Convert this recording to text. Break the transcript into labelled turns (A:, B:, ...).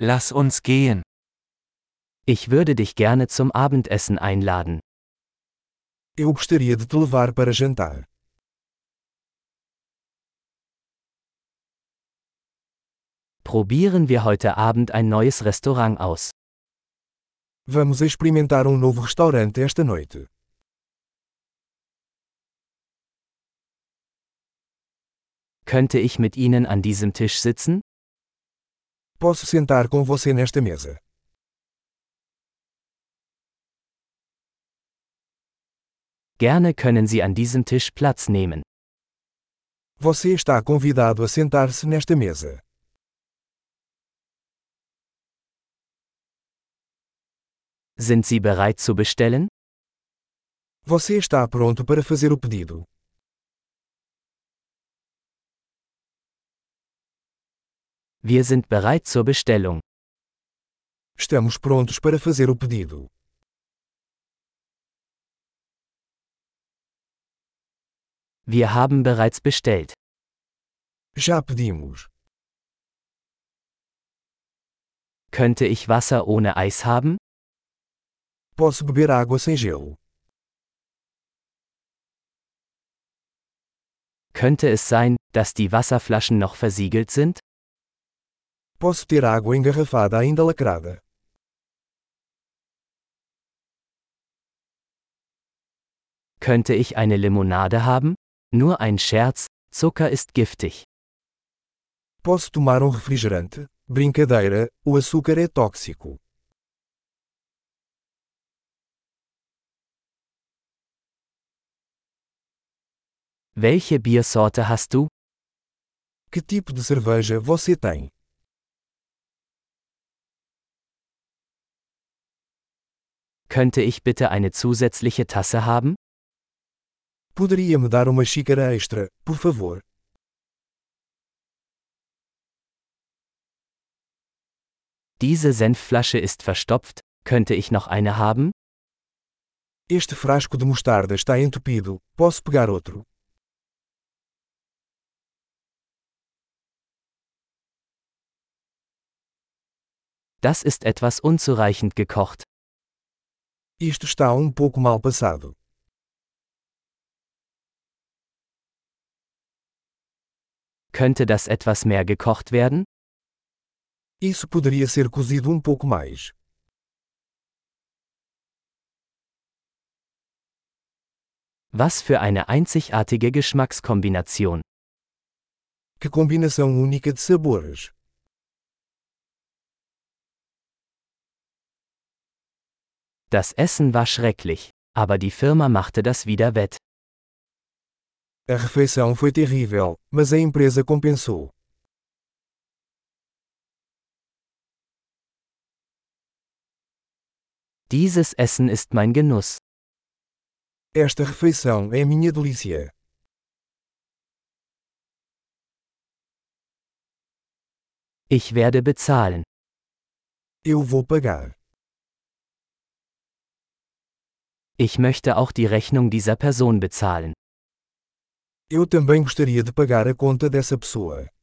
A: Lass uns gehen.
B: Ich würde dich gerne zum Abendessen einladen.
C: Eu gostaria de te levar para jantar.
B: Probieren wir heute Abend ein neues Restaurant aus.
C: Vamos experimentar um novo restaurante esta noite.
B: Könnte ich mit Ihnen an diesem Tisch sitzen?
C: Posso sentar com você nesta mesa.
B: Gerne können Sie an diesem Tisch Platz nehmen.
C: Você está convidado a sentar-se nesta mesa.
B: Sind Sie bereit zu bestellen?
C: Você está pronto para fazer o pedido.
B: Wir sind bereit zur Bestellung.
C: Estamos prontos para fazer o pedido.
B: Wir haben bereits bestellt.
C: Já pedimos.
B: Könnte ich Wasser ohne Eis haben?
C: Posso beber água sem gelo.
B: Könnte es sein, dass die Wasserflaschen noch versiegelt sind?
C: Posso ter água engarrafada ainda lacrada.
B: Könnte ich eine Limonade haben? Nur ein Scherz, Zucker ist giftig.
C: Posso tomar um refrigerante? Brincadeira, o açúcar é tóxico.
B: Welche Biersorte hast du?
C: Que tipo de cerveja você tem?
B: Könnte ich bitte eine zusätzliche Tasse haben?
C: Poderia me dar uma xícara extra, por favor?
B: Diese Senfflasche ist verstopft, könnte ich noch eine haben?
C: Este frasco de mostarda está entupido, posso pegar outro?
B: Das ist etwas unzureichend gekocht.
C: Isto está um pouco mal passado.
B: Könnte das etwas mehr gekocht werden?
C: Isso poderia ser cozido um pouco mais.
B: Was für eine einzigartige Geschmackskombination.
C: Que combinação única de sabores.
B: Das Essen war schrecklich, aber die Firma machte das wieder wett.
C: A refeição foi terrível, mas a empresa compensou.
B: Dieses Essen ist mein Genuss.
C: Esta refeição é minha delícia.
B: Ich werde bezahlen.
C: Eu vou pagar.
B: Ich möchte auch die Rechnung dieser Person bezahlen.
C: Eu também gostaria de pagar a conta dessa pessoa.